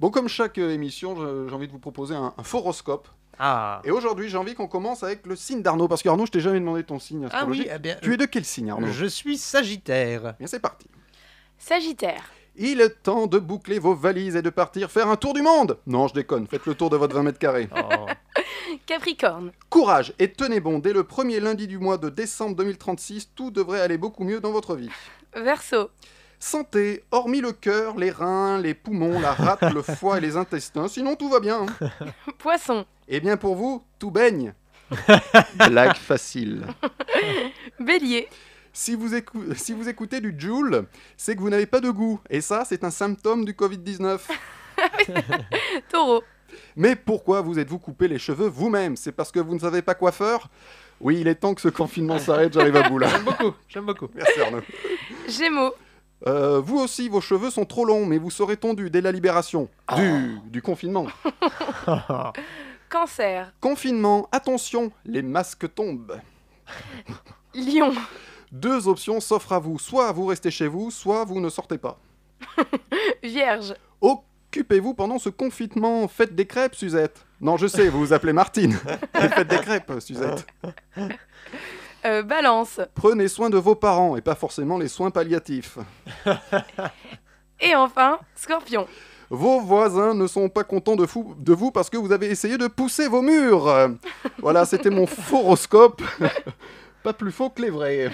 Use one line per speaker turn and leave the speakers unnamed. Bon, comme chaque euh, émission, je- j'ai envie de vous proposer un, un foroscope.
Ah.
Et aujourd'hui, j'ai envie qu'on commence avec le signe d'Arnaud, parce qu'Arnaud, je t'ai jamais demandé ton signe
Ah oui,
astrologique.
eh bien,
Tu es de quel signe, Arnaud
je suis Sagittaire.
Bien, c'est parti.
Sagittaire.
Il est temps de boucler vos valises et de partir faire un tour du monde Non, je déconne, faites le tour de votre 20 mètres carrés.
Oh.
Capricorne.
Courage et tenez bon, dès le premier lundi du mois de décembre 2036, tout devrait aller beaucoup mieux dans votre vie.
Verseau.
Santé, hormis le cœur, les reins, les poumons, la rate, le foie et les intestins, sinon tout va bien. hein.
Poisson.
Eh bien pour vous, tout baigne. Blague facile.
Bélier.
Si vous, écou- si vous écoutez du Joule, c'est que vous n'avez pas de goût. Et ça, c'est un symptôme du Covid-19.
Taureau.
Mais pourquoi vous êtes-vous coupé les cheveux vous-même C'est parce que vous ne savez pas quoi faire Oui, il est temps que ce confinement s'arrête, j'arrive à bout là.
J'aime beaucoup, j'aime beaucoup.
Merci Arnaud.
Gémeaux.
Euh, vous aussi, vos cheveux sont trop longs, mais vous serez tondus dès la libération du, du confinement.
Ah.
Cancer.
Confinement, attention, les masques tombent.
Lion.
Deux options s'offrent à vous, soit vous restez chez vous, soit vous ne sortez pas.
Vierge.
Occupez-vous pendant ce confinement, faites des crêpes, Suzette. Non, je sais, vous vous appelez Martine. Mais faites des crêpes, Suzette.
Euh, balance.
Prenez soin de vos parents et pas forcément les soins palliatifs.
Et enfin, Scorpion.
Vos voisins ne sont pas contents de, fou- de vous parce que vous avez essayé de pousser vos murs. Euh, Voilà, c'était mon horoscope. pas plus faux que les vrais.